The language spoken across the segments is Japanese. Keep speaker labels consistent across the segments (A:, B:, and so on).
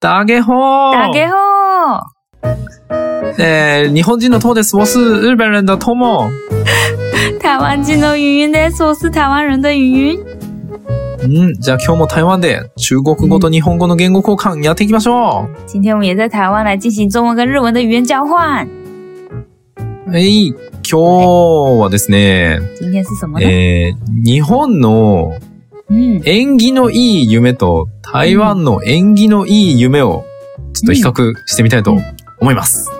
A: 打给后，
B: 打给后，
A: えー日本人の友です。我是日本人的友。
B: 台湾人の云云です。我是台湾人的云云。
A: 嗯，じゃあ今日も台湾で中国語と日本語の言語交換やっていきましょ
B: 今天我们也在台湾来进行中文跟日文的语言交换。
A: う。はい、今日はですね、
B: 今天是什么呢？
A: えー日本の
B: 嗯，
A: 縁起のいい夢と台湾の縁起のいい夢をちょっと比較してみたいと思います。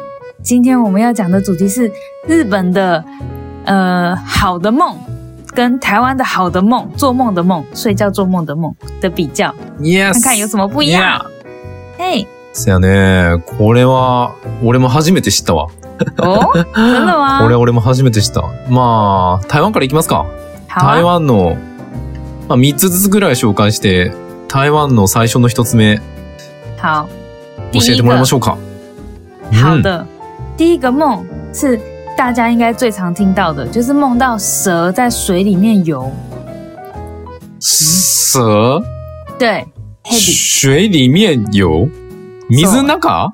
B: 今天我们要讲的主题是日本的呃好的梦跟台湾的好的梦，做梦的梦，睡觉做梦的梦的比较，
A: Yes!
B: 看看有什么不一样。嘿，
A: せやね、これは俺も初めて知ったわ。
B: 哦，真的吗
A: こ？れ俺も初めて知った。まあ、台湾から行きますか。
B: 好
A: 台
B: 啊，
A: 湾の、まあ、3つずつぐらい紹介して、台湾の最初の1つ目、
B: 好，第
A: 教え
B: 一
A: てもらい
B: 个
A: ましょうか。う
B: 好
A: ん、
B: 的，第一个梦是大家应该最常听到的，就是梦到蛇在水里面游。
A: 蛇
B: 对，heavy，
A: 水里面有水の中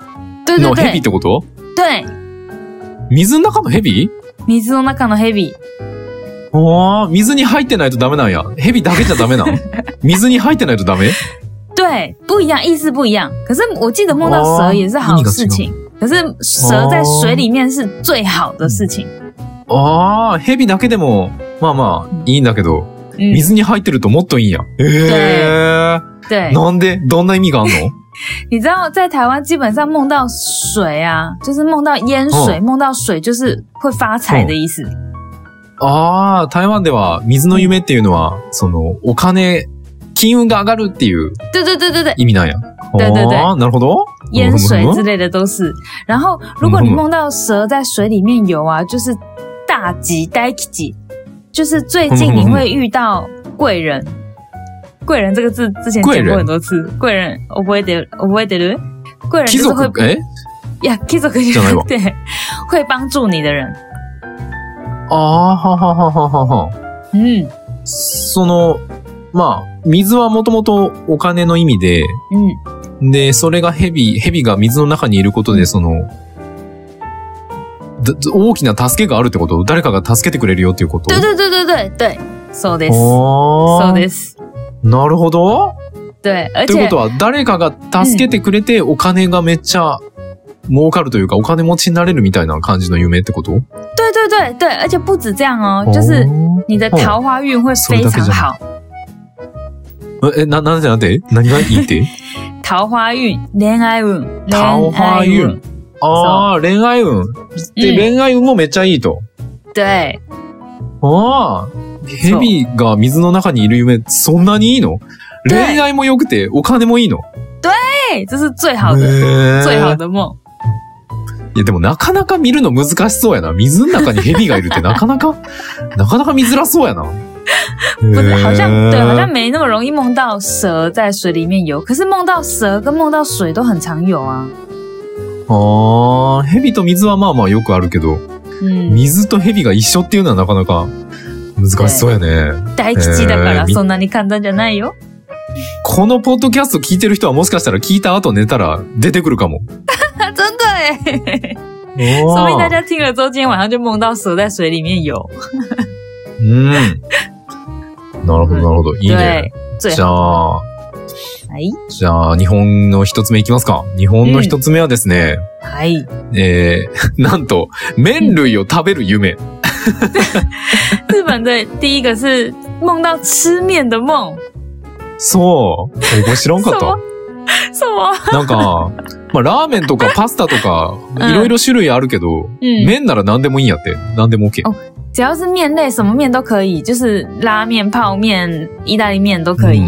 B: 对对
A: のヘビ
B: 对
A: ってこと
B: 对，
A: 水の中のヘビ
B: 水の中の heavy，
A: ああ、水に入ってないとダメなんや。ヘビだけじゃダメなん水に入ってないとダメ
B: 对，不一样，意思不一样。可是我记得梦到
A: 哦
B: 蛇也是好
A: 意思
B: 事情，可是蛇在水里面是最好的事情。
A: ああ、ヘビだけでも、まあまあ、いいんだけど、
B: 嗯，
A: 水に入ってるともっといいんや。ええ
B: 对，
A: なんでどんな意味があんの
B: 你知道在台湾基本上梦到水啊，就是梦到淹水，梦到水就是会发财的意思。
A: ああ、台湾では水の夢っていうのは、その、お金、金運が上がるっていう
B: 对对对对对，
A: 意味なんや。
B: 对对对
A: ああ、なるほど。
B: 淹水之
A: うん
B: 类的都是。然后，如果你梦到蛇在水里面游啊，就是大吉、呆吉，就是最
A: 嗯
B: 近你会遇到贵人。贵人这个字之前
A: 贵
B: 见
A: 人
B: 过很多次，贵人我不会得，我不会得的。贵人
A: 貴
B: 就是会
A: 族、え
B: 呀，貴族
A: 知道吗
B: 对，会帮助你的人。
A: ああ、はははははは。
B: 嗯
A: その、まあ、水はもともとお金の意味で、
B: 嗯，
A: で、それがヘビ、ヘビが水の中にいることで、その、だ大きな助けがあるってこと誰かが助けてくれるよっていうこと
B: 对对对对对对，そうです，
A: あ
B: そう
A: あ、
B: です，
A: なるほど。
B: 对，而
A: という
B: 且
A: ことは、誰かが助けてくれて、お金がめっちゃ儲かるというか、お金持ちになれるみたいな感じの夢ってこと
B: 对对对对，而且不止这样哦，就是你的
A: 哦
B: 桃花运会
A: 所以
B: 非
A: 大概
B: 常
A: 这样
B: 好。
A: おーえ、な、なんでなんで何がいいって
B: 桃花运、恋爱运、恋爱
A: 桃花运。ああ、恋愛運。で、
B: うん
A: 恋愛運もめっちゃいいと。
B: 对，哎
A: ああ、ヘビが水の中にいる夢、そんなにいいの
B: 对
A: 恋愛も良くて、お金もいいの
B: 哎，这是最好的、
A: へえ
B: 最好的梦。
A: いや、でもなかなか見るの難しそうやな。水の中にヘビがいるってなかなか、なかなか見づらそうやな。
B: 不
A: 不
B: 是，好像
A: 呃
B: 对，好像没那么容易梦到蛇在水里面游。可是梦到蛇跟梦到水都很常有啊。
A: ああ、蛇と水はまあまあよくあるけど、
B: 嗯，
A: 水と蛇が一緒っていうのはなかなか難しそうやね。
B: 大吉だから
A: えー
B: そんなに簡単じゃないよ。
A: このポッドキャスト聞いてる人はもしかしたら聞いた後寝たら出てくるかも。
B: 真的哎，说明大
A: あ
B: 家听了之后，今天晚上就梦到蛇在水里面游。
A: ーうん。なるほど、なるほど。いいね
B: 对。，最
A: じゃ
B: 好。
A: あ、
B: 哎
A: じゃあ、日本の一つ目いきますか。日本の一つ目はですね、
B: 哎，
A: えー、 なんと、麺類を食べる夢。
B: 日本的第一个是梦到吃面的梦，
A: そう。これ知らんかっ
B: 什
A: た
B: 么。什么？
A: なんか、まあ、ラーメンとかパスタとか
B: う、ん
A: いろいろ種類あるけど、
B: 嗯，
A: 麺なら何でもいいんやって。何でも OK。
B: 哦只要是面类，什么面都可以，就是拉面、泡面、意大利面都可以。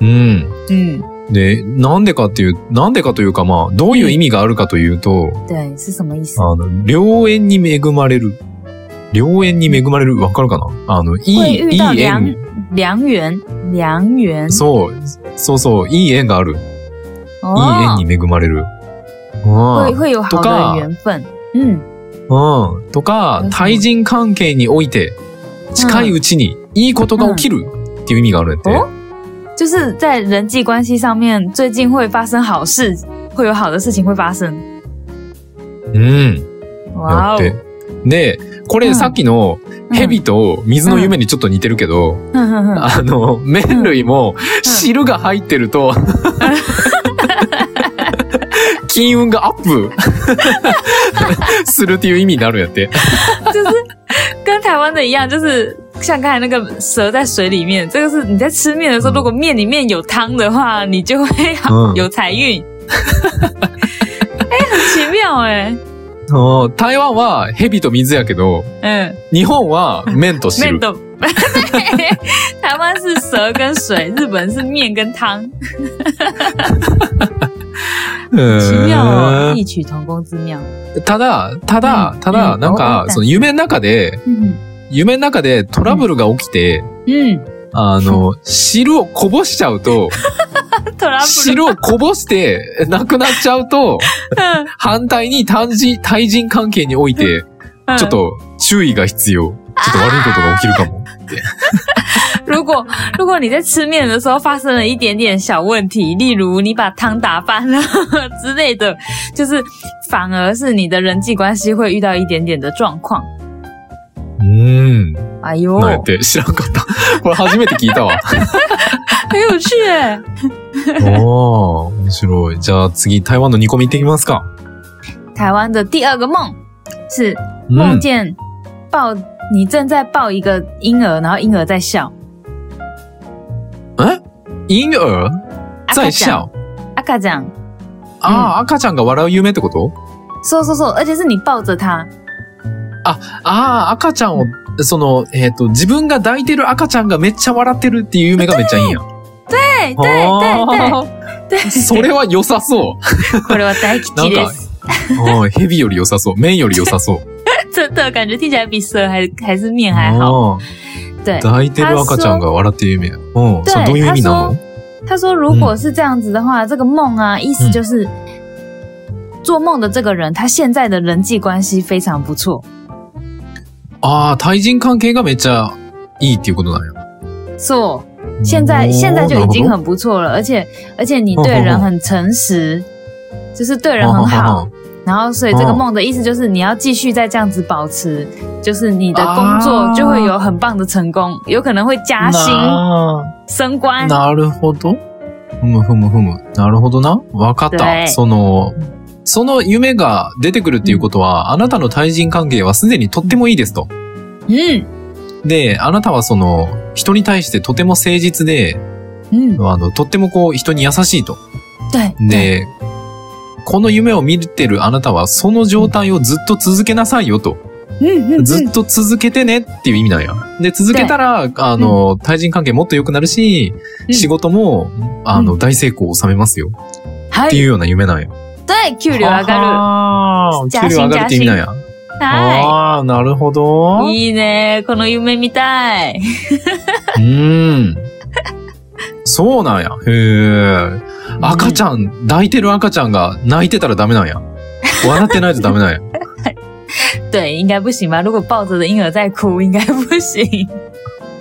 A: うん。
B: 嗯，
A: うんで、なんでかっていう、なんでかというかまあ、どういう意味があるかというと、
B: 对，是什么意思？
A: あの、良縁に恵まれる。良縁に恵まれる。わかるかなあの、い
B: 会
A: い、い
B: 遇
A: い
B: 到良
A: 縁。
B: 良缘，良缘
A: そう、そうそう、いい縁がある。いい
B: 哦，
A: 縁に恵まれる。
B: 会
A: う
B: 会有好
A: とか
B: 的缘分。嗯，
A: ん。うん。とか
B: う、ん
A: 対人関係において、近いうちにいいことが起きるっていう意味があるんやって。
B: お就是在人际关系上面，最近会发生好事，会有好的事情会发生。
A: うん。よ
B: 哇哦嗯
A: っ！て。で、これさっきの蛇と水の夢にちょっと似てるけど、
B: 哼哼 哼
A: あの、麺類も汁が入ってると、金運がアップするっていう意味になるんやって。
B: 跟台湾的一样，就是像刚才那个蛇在水里面，这个是你在吃面的时候，
A: 嗯
B: 如果面里面有汤的话，你就会
A: 嗯
B: 有财运。哎、很奇妙哎、
A: あー台湾は蛇と水やけど、
B: 嗯，
A: 日本は麺と汁
B: 面。的， 台湾是蛇跟水，日本是面跟汤，
A: うん
B: 奇妙哦，异曲同工之妙。
A: ただ、ただ
B: う、ん
A: ただ、
B: うん
A: なん
B: う
A: か、
B: ん
A: その夢の中で、
B: 嗯
A: 夢の中でトラブルが起きて、
B: 嗯，
A: あの、汁をこぼしちゃうと、
B: 特拉布
A: 汁をこぼして、なくなっちゃうと、
B: 嗯
A: 反対に単人、対人関係において、
B: 嗯
A: ちょっと注意が必要。ちょっと悪いことが起きるかも。
B: 如果如果你在吃面的时候发生了一点点小问题，例如你把汤打翻了 之类的，就是反而是你的人际关系会遇到一点点的状况。
A: うーん。
B: 哎呦，
A: なんやって知らんかった。これ初めて聞いた わ。
B: 很有趣哎。
A: おー、面白い。じゃあ次、台湾の煮込み行ってきますか。
B: 台湾的第二个梦是
A: う
B: 梦
A: ん。
B: 见抱、你正在抱一个婴儿，然后婴儿在笑。
A: 婴儿在
B: 讲
A: 笑。
B: 阿卡讲，
A: ああ、赤ちゃんが笑う夢ってこと
B: 说说说，而且是你抱着他，
A: ああ、赤ちゃんを、その、えっ、と、自分が抱いてる赤ちゃんがめっちゃ笑ってるっていう夢がめっちゃいいんや。
B: 对对对
A: 哦
B: 对 对，
A: それは良さ そう。
B: これは大吉
A: なん
B: で
A: か
B: す。
A: うん蛇より良さそう。麺より良さ そう。
B: 真的感觉听起来比蛇还还是面还
A: う
B: 好。
A: ん
B: 对，
A: 抱いてる赤ちゃんが笑ってる夢や。うん。
B: 对
A: それどういう意味なの
B: 他说如果是这样子的话，这个梦啊，意思就是、做梦的这个人他现在的人际关系非常不错，
A: ああ、対人関係がめっちゃいいっていうことなんや。
B: 错，现在、
A: おー
B: 现在就已经
A: なる
B: 很不错了，而且而且你对人很诚实，就是对人
A: ほどは
B: 很
A: んはん
B: 哦好，
A: はん
B: 然后所以这个梦的意思就是你要继续再这样子保持，就是你的工作就会有很棒的成功，有可能会加薪
A: な
B: 升
A: あ。
B: 官
A: なるほど。ふむふむふむ。なるほどな。わかっ
B: は
A: た。
B: い
A: その、その夢が出てくるっていうことは、あなたの対人関係はすでにとってもいいですと。
B: 嗯
A: で、あなたはその、人に対してとても誠実で、
B: 嗯，
A: あの、とってもこう、人に優しいと。
B: 对对
A: で、この夢を見てるあなたは、その状態をずっと続けなさいよと。
B: 嗯嗯嗯
A: ずっと続けてねっていう意味なんや。で、続けたら、あの、対人関係もっと良くなるし、
B: うん
A: 仕事も、あの、大成功を収めますよ。
B: は
A: ってい
B: い。
A: うような夢なんや。
B: 对給料上が
A: あー
B: 加
A: 給
B: 薪
A: 料上がるって意味なんや。
B: る。は
A: ああ、なるほど。
B: い。いいね。この夢みたい。
A: うーん。そうなんや。へえ。赤ちゃん、抱いてる赤ちゃんが泣いてたらダメなんや。笑ってないとダメなんや。
B: 对，应该不行吧？如果抱着的婴儿在哭， 应该不行。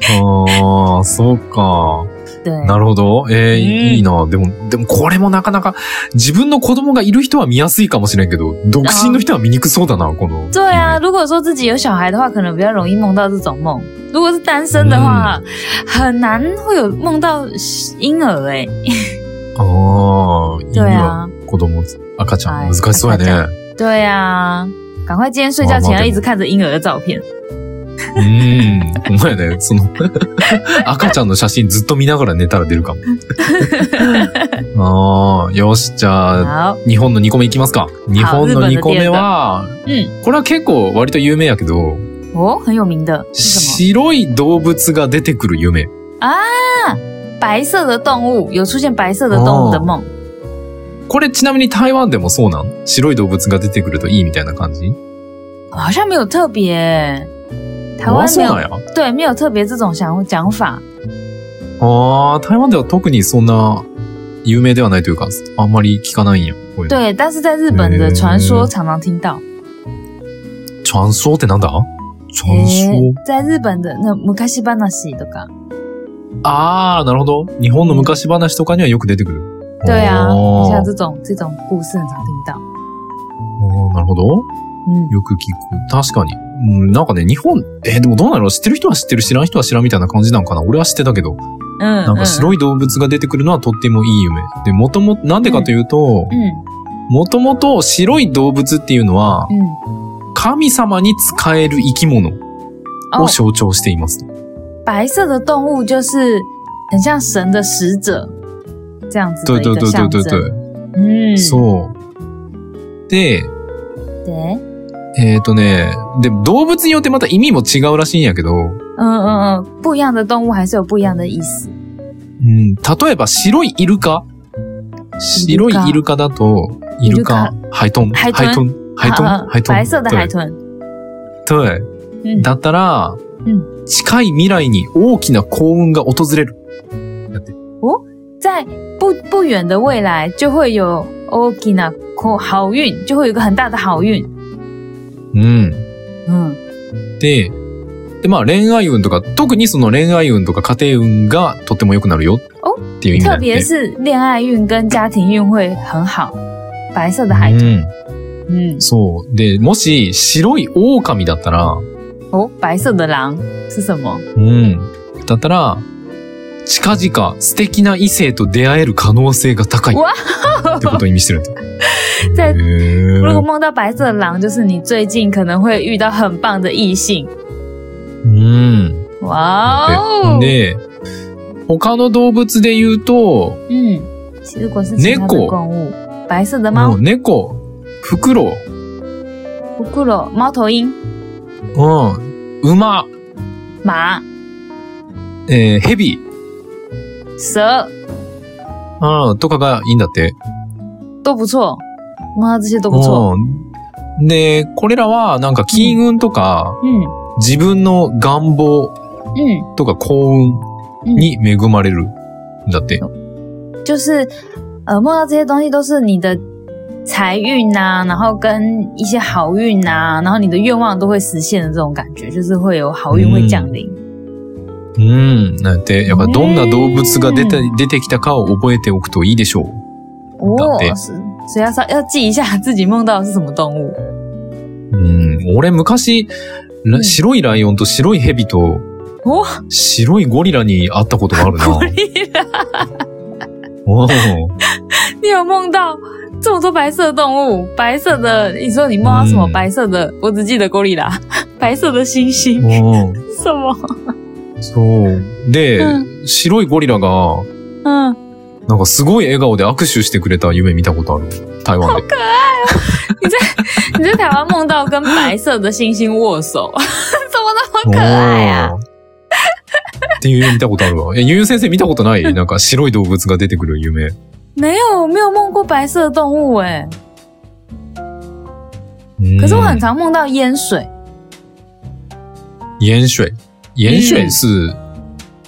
A: ああ、そうか。
B: 对，
A: なるほど。えー
B: うん
A: いいな。でも、でもこれもなかなか、自分の子供がいる人は見やすいかもしれんけど、独身の人は見にくそうだな、この。
B: 对啊，如果说自己有小孩的话，可能比较容易梦到这种梦。如果是单身的话，很难会有梦到婴儿哎、
A: ああ、いい
B: 对
A: な。
B: 啊，
A: 子供、赤ちゃ
B: は
A: ん、
B: い
A: 難しそうやね。
B: 对啊，赶快今天睡觉前要一直看着婴儿的照片。
A: うーん。ほんまやね。 その、赤ちゃんの写真ずっと見ながら寝たら出るかも。ああ、よし、じゃあ、
B: 好，
A: 日本の2個目いきますか。日本の2個目は、
B: 嗯，
A: これは結構割と有名やけど、
B: 哦，很有名的是什么？
A: 白い動物が出てくる夢。
B: 白色的动物有出现白色的动物的梦。
A: これちなみに台湾でもそうなん白い動物が出てくるといいみたいな感じ
B: 好像没有特别、欸，台
A: あ
B: 湾
A: あ、そ
B: 没
A: うなん
B: 有
A: や。
B: 对，没有特别这种想讲法。
A: ああ、台湾では特にそんな有名ではないというか、あんまり聞かないんや。こういうの。
B: 对，但是在日本的传说常常听到。
A: 传说ってなんだ
B: 诶
A: 传说。
B: 在日本的那昔話とか，
A: ああ、なるほど。日本の昔話とかにはよく出てくる。
B: 对啊，
A: 哦
B: 像这种这种故事很常听到。
A: おーなるほど。
B: 嗯，
A: よく聞く。確かに。うん、なんかね、日本、えーでもどうなの知ってる人は知ってる、知らん人は知らんみたいな感じなんかな。俺は知ってたけど。
B: 嗯
A: なんか
B: 嗯
A: 白い動物が出てくるのはとってもいい夢。で、もとも、なんでかというと、
B: 嗯
A: もともと白い動物っていうのは、
B: 嗯，
A: 神様に仕える生き物
B: 哦
A: を，象徴していますと。
B: 白色的动物就是很像神的使者这样子
A: 对
B: 的一
A: 对对对
B: 个象
A: 对
B: 征。
A: 对。
B: 嗯，
A: そう。で、
B: 对，
A: えっ、とね、で、動物によってまた意味も違うらしいんやけど、
B: 嗯嗯嗯，不一样的动物还是有不一样的意思。
A: うん、例えば白いイルカ。白いイルカだと、イルカ、ハイトン、
B: 海豚
A: 海豚、海豚、海豚。
B: 啊白色的海豚。
A: 豚。对。
B: 嗯
A: だったら、
B: うん
A: 近い未来に大きな幸運が訪れる。
B: 在不不远的未来就会有 Okina 好运，就会有一个很大的好运。
A: うん。
B: 嗯
A: で、で、まあ恋愛運とか、特にその恋愛運とか家庭運がとっても良くなるよっていう意味だ
B: 特
A: っ
B: 别
A: て。
B: 是恋爱运跟家庭运会很好。白色的海
A: う
B: 豚，
A: ん。
B: 嗯，
A: そう。で、もし白い狼だったら、
B: 哦，白色的狼是什么？
A: うん。だったら、近々素敵な異性と出会える可能性が高い。
B: わ
A: ってことを意味してるんだ。
B: 在
A: へ
B: 如果
A: ー
B: 梦到白色的狼，就是你最近可能会遇到很棒的异性。
A: うん。
B: 哇哦！
A: で、他の動物で言うと、
B: 嗯，如果是其他的
A: 猫
B: 动物，白色的
A: も
B: 猫
A: う、猫、フクロ
B: 乌库鲁、猫头鹰、
A: ウ、うん、馬、
B: 马、
A: えー、ヘビ、
B: 蛇
A: うん、とかがいいんだって。
B: 都不错，梦到这些都不错。
A: うんで、これらはなんか金運とか、
B: 嗯
A: 自分の願望
B: 嗯
A: とか幸運
B: 嗯，
A: に恵まれるんだって。
B: 就是呃，梦到这些东西都是你的财运呐、然后跟一些好运呐、然后你的愿望都会实现的这种感觉，就是会有好运会降临。
A: うん、なんて、やっぱどんな動物が出て、出てきたかを覚えておくといいでしょう。
B: 哦
A: 嗯对，
B: 是，所以要稍要记一下自己梦到的是什么 动物。
A: うん、俺昔、ら
B: うん
A: 白いライオンと白いヘビと
B: お、
A: 白いゴリラに会ったことがあるな。
B: 狐狸了，
A: おう
B: 你有梦到这么多白色的动物？白色的，你说你梦到什么
A: 嗯
B: 白色的？我只记得ゴリ拉， 白色的星星，
A: おう
B: 什么？
A: そう。で、
B: う
A: 白いゴリラが、
B: 嗯，
A: なんかすごい笑顔で握手してくれた夢見たことある。台湾で。
B: 你在台湾梦到跟白色的星星握手， 怎么那么可爱啊？
A: おうっていう夢見たことあるわ。え、ゆうゆう先生見たことないなんか白い動物が出てくる夢。
B: 没有，我没有梦过白色的动物哎、
A: うん
B: 可是我很常梦到淹水。
A: 盐水。盐水是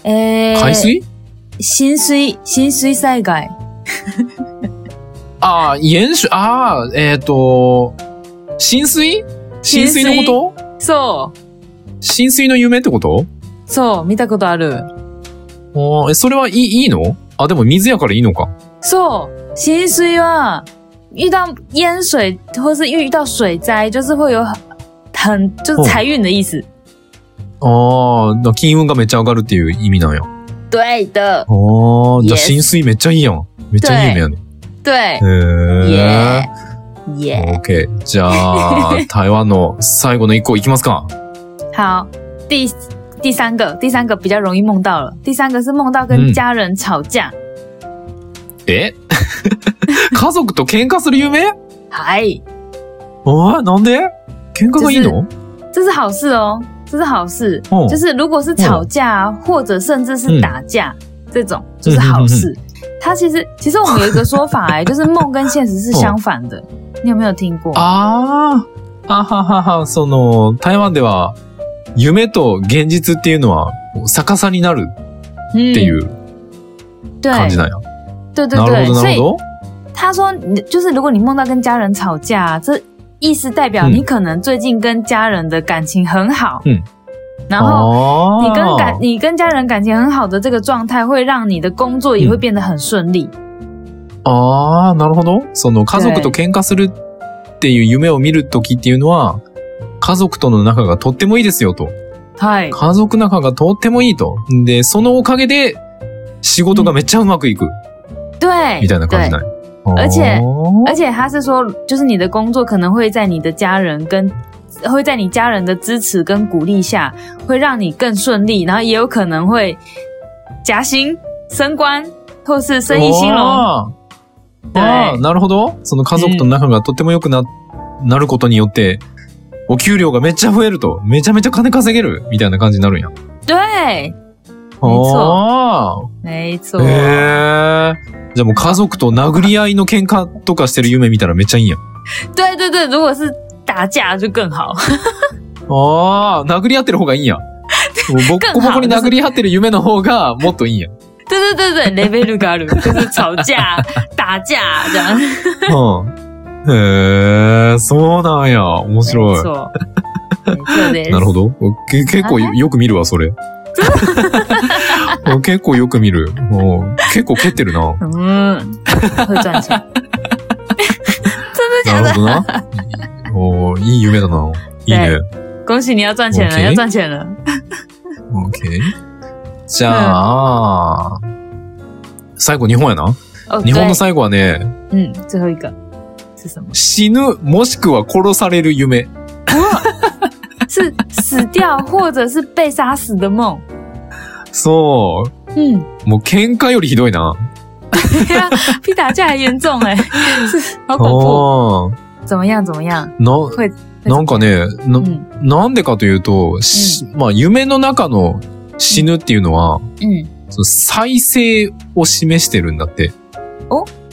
B: 哎、
A: 海水、
B: 薪水薪水赛改
A: ああ、塩水、ああ、えっ、と、浸水浸水のこと
B: そう
A: 浸水の夢ってこと
B: そう哦見たことある。
A: あーえ、それはいい、いいのあ、でも水やからいいのか。
B: そう薪水は啊遇到淹水或是遇到水灾，就是会有很很就是财运的意思。
A: ああ、だから金運がめっちゃ上がるっていう意味なんや。あ
B: 对的，
A: あ、じゃあ
B: Yes
A: 浸水めっちゃいいやん。めっちゃいい夢やね。
B: 对，
A: 呃へ
B: 耶
A: え。
B: 耶。
A: オッケー。じゃ あ、台湾の最後の一個いきますか。
B: 好，第第三个，第三个比较容易梦到了。第三个是梦到跟
A: 嗯
B: 家人吵架。
A: え 家族と喧嘩する夢
B: 嗨、
A: ああ、なんで喧嘩がいいの
B: 这是好事哦，这是好事。
A: 哦
B: 就是如果是吵架啊、或者甚至是打架、这种，
A: 嗯
B: 就是好事。它其实其实我们有一个说法 哎、就是梦跟现实是相反
A: 哦
B: 的。你有没有听过？
A: 啊ああ、あははは、その、台湾では、夢と現実っていうのは、逆さになる
B: 嗯
A: っていう
B: 对
A: 感じなんや。
B: 对对
A: なる
B: 对，
A: ほど、
B: 所
A: なる
B: 以
A: ほ
B: 他说你，就是如果你梦到跟家人吵架、这意思代表
A: 嗯
B: 你可能最近跟家人的感情很好。
A: 嗯
B: 然后
A: 哦，
B: 你跟感、你跟家人感情很好的这个状态，会让你的工作也会变得很顺利。
A: 嗯ああ、なるほど。その家族と喧嘩するっていう夢を見るときっていうのは、家族との仲がとってもいいですよと。
B: はい。
A: 家族仲がとってもいいと。で、そのおかげで仕事がめっちゃうまくいく
B: 对，
A: みたいな感じ
B: 对
A: ない。あー
B: 而且而且他是说，就是你的工作可能会在你的家人跟会在你家人的支持跟鼓励下，会让你更顺利，然后也有可能会加薪、升官或是生意兴隆。
A: あー
B: 对
A: あー、なるほど。その家族との仲がとっても良くな、なることによって、お給料がめっちゃ増えると、めちゃめちゃ金稼げるみたいな感じになるんや。
B: 对，错
A: ああ、
B: 没错。
A: へえ。じゃあもう家族と殴り合いの喧嘩とかしてる夢見たらめっちゃいいんや。
B: 对对对，如果是打架就更好。
A: ああ、殴り合ってる方がいいんや。もう ボッコボコに殴り合ってる夢の方がもっといいんや。
B: 对对对对，level 嘎鲁 就是吵架、打架这样。
A: うん。へえ、そうなんや。面白
B: 没
A: い。
B: 错，没错的。
A: なるほど。け結構
B: あ
A: よく見るわ、そ れ。結構よく見る。おう結構蹴ってるな。
B: 嗯，会赚钱。真的假
A: なる？
B: 的
A: ほどな。おういい夢だな。いいね。
B: 恭喜你要赚钱了，
A: OK
B: 要赚钱了。
A: OK。じゃあ、最後日本やな。
B: 哦，
A: 日本
B: 对
A: の，最後はね、
B: 嗯，最后一个是什么？
A: 死ぬもしくは殺される夢。
B: 是死掉或者是被杀死的梦。
A: そう。
B: 嗯，
A: もう喧嘩よりひどいな。
B: 对啊，比打架还严重哎、是好恐怖。
A: ああ。
B: 怎么样？怎么样？
A: な、
B: 会
A: なんかね、な
B: 嗯
A: なんでかというと、しまあ夢の中の死ぬっていうのは、
B: 嗯，
A: その再生を示してるんだって。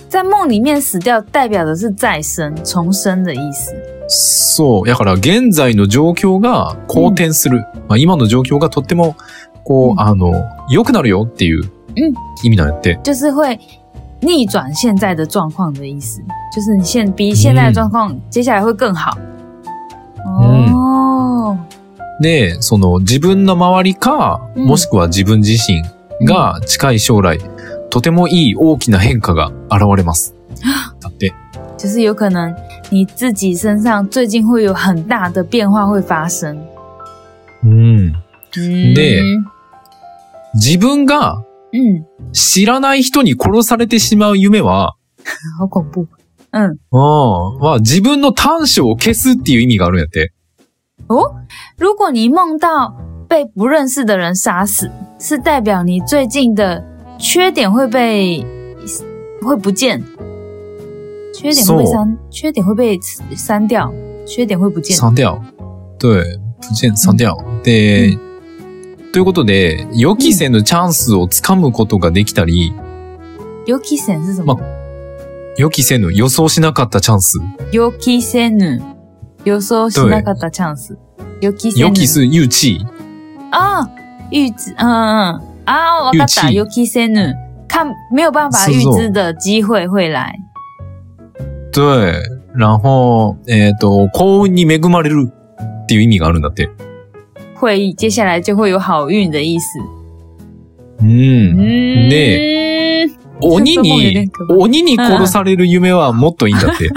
B: 在梦里面死掉代表的是再生、重生的意思。
A: そう。だから現在の状況が好転する。まあ、今の状況がとっても、こう、
B: うん
A: あの、良くなるよっていう
B: うん
A: 意味なんやって。
B: 就是会逆转现在的状况的意思，就是你现比现在的状况、接下来会更好。哦，
A: で、その自分の周りか、
B: うん
A: もしくは自分自身が近い将来、とてもいい大きな変化が現れます。だって。
B: 就是有可能你自己身上最近会有很大的变化会发生。
A: うん。
B: 嗯
A: 对自分が
B: 嗯，
A: 知らない人に殺されてしまう夢は、
B: 好恐怖。嗯，
A: ああまあ、自分の短所を消すっていう意味があるんやって。
B: 如果你梦到被不认识的人杀死，是代表你最近的缺点会被会不见，缺点会被删，缺点会被删掉，缺点会不见。
A: 三掉。对。不见三掉。で、ということで、予期せぬチャンスをつかむことができたり、
B: Yuki sen 是什么
A: 予期せぬ予想しなかったチャンス。
B: ？Yuki sen，有时候是那个的 chance。Yuki
A: 予期す
B: sen
A: 誘致。
B: 啊，预知，嗯嗯嗯啊，我
A: 预
B: 嘎
A: 期
B: 达 Yuki sen，看没有办法
A: 是
B: 预
A: 这种
B: 知的机会会来。
A: 对。然后、えっ、と、幸運に恵まれるっていう意味があるんだって。
B: 会接下来就会有好运的意思。
A: うん。
B: 嗯，
A: 鬼
B: ちょっともうやれん
A: に
B: け、ど
A: 鬼に殺される夢はもっといいんだって。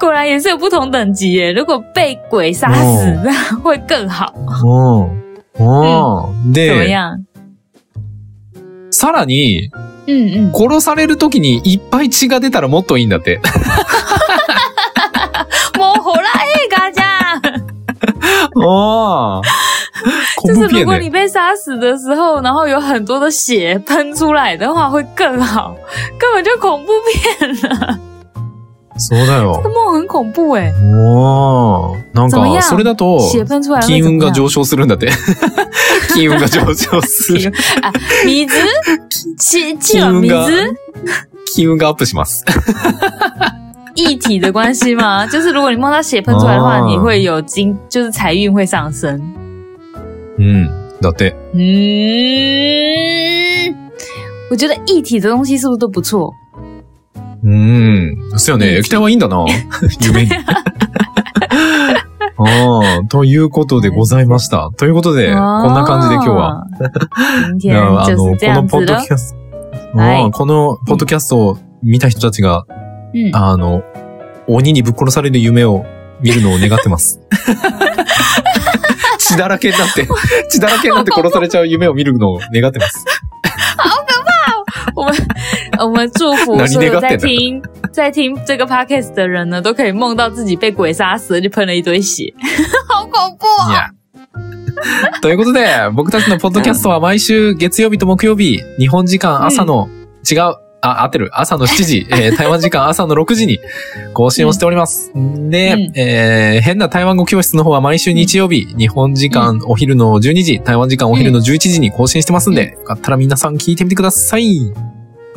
B: 果然也是有不同等级耶。如果被鬼杀死，
A: 哦
B: 那会更好。
A: うん。うん。
B: 怎么
A: で、
B: 样？
A: さらに、
B: 嗯嗯，
A: 殺される時にいっぱい血が出たらもっといいんだって。
B: 我火了哎，嘎家。
A: ああ。コ
B: 就是
A: ムピ
B: 如
A: エ
B: 果你
A: ネ。
B: 被杀死的时候，然后有很多的血喷出来的话，会更好。 根本就恐怖片了，
A: そうだよ
B: 这。梦很恐怖哎、
A: おーなん
B: 怎么
A: か、
B: 样
A: それだと、
B: 血喷出来会
A: 金
B: 怎
A: 運
B: 么
A: が
B: 样？
A: 上昇するんだって。 金運が上昇す る。
B: 啊，米子，气气
A: 金
B: 了
A: 運
B: 米
A: が
B: 子，
A: 金運がアップします。
B: 一体的关 系吗？就是如果你梦到血喷出来的话，
A: 哦
B: 你会有金，就是财运会上升。
A: うん。だって。
B: 嗯，我觉得一体的东西是不是都不错？
A: うん。そうよ
B: うん
A: ね。液体はいいんだな。夢に。ああ、ということでございました。ということで、こんな感じで今日は。。
B: 哦
A: い
B: 今天
A: やあ
B: 就是
A: の、
B: 这
A: この
B: 样
A: ポ
B: 子
A: ッド
B: 了。
A: キャスト、
B: はい
A: うんこのポッドキャストを見た人たちが、
B: 嗯，
A: あの、鬼にぶっ殺される夢を見るのを願ってます。血だらけになって、血だらけになって殺されちゃう夢を見るのを願ってます。
B: 我们呃我们祝福
A: 哪里
B: 所
A: 那
B: 有
A: 个
B: 在
A: 点的
B: 听 在听这个 podcast 的人呢，都可以梦到自己被鬼杀死，就喷了一堆血， 好恐怖
A: い
B: 哦！
A: や。ということで、僕たちのポッドキャストは毎週月曜日と木曜日、日本時間朝の、違う、あ、合ってる。朝の7時、 えー台湾時間朝の6時に更新をしております。で、
B: うん
A: えー変な台湾語教室の方は毎週日曜日、日本時間お昼の12時、台湾時間お昼の11時に更新してますんで、よかったら皆さん聞いてみてください。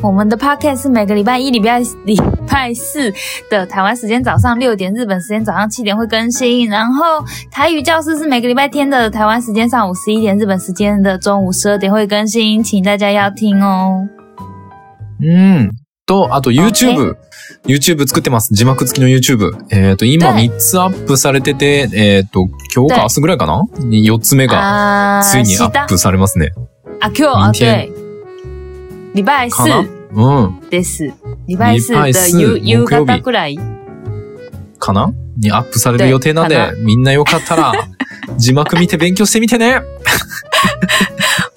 B: 我们的 podcast 是每个礼拜一、礼拜礼拜四的台湾时间早上六点，日本时间早上七点会更新。然后台语教室是每个礼拜天的台湾时间上午十一点，日本时间的中午十二点会更新，请大家要听哦。
A: うん。と、あと YouTube
B: OK。
A: YouTube 作ってます。字幕付きの YouTube。えっ、と、今
B: 对
A: 3つアップされてて、えっ、と、今日か
B: 对
A: 明日ぐらいかな ?4 つ目が、
B: 啊，
A: ついにア
B: 是的
A: ップされますね。
B: 阿 Q
A: 明
B: 啊，
A: 天
B: 对，礼拜
A: か
B: 四
A: なうん。
B: です。礼拜四
A: 礼拜
B: 的
A: 四木
B: 夕
A: 曜
B: 夕
A: 日
B: 方くらい。
A: かなにアップされる予定なん
B: 对か
A: で、みんなよかった ら、字幕見て勉強してみてね。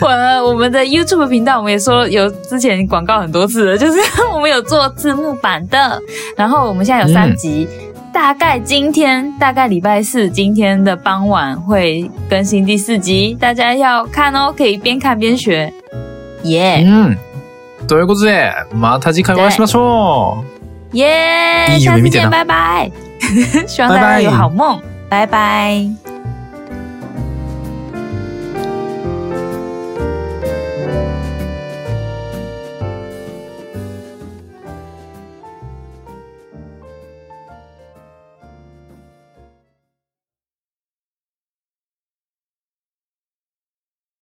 B: 我我们的 YouTube 频道，我们也说有之前广告很多次了，就是我们有做字幕版的，然后我们现在有三
A: 嗯
B: 集。大概今天，大概礼拜四今天的傍晚会更新第四集，大家要看哦，可以边看边学，耶
A: うん。ということで、また次回お会いしましょう。
B: 耶！
A: いい
B: 下
A: 夢
B: 次
A: 見て
B: 见，
A: 呢
B: 拜拜！希望大家有好梦，拜拜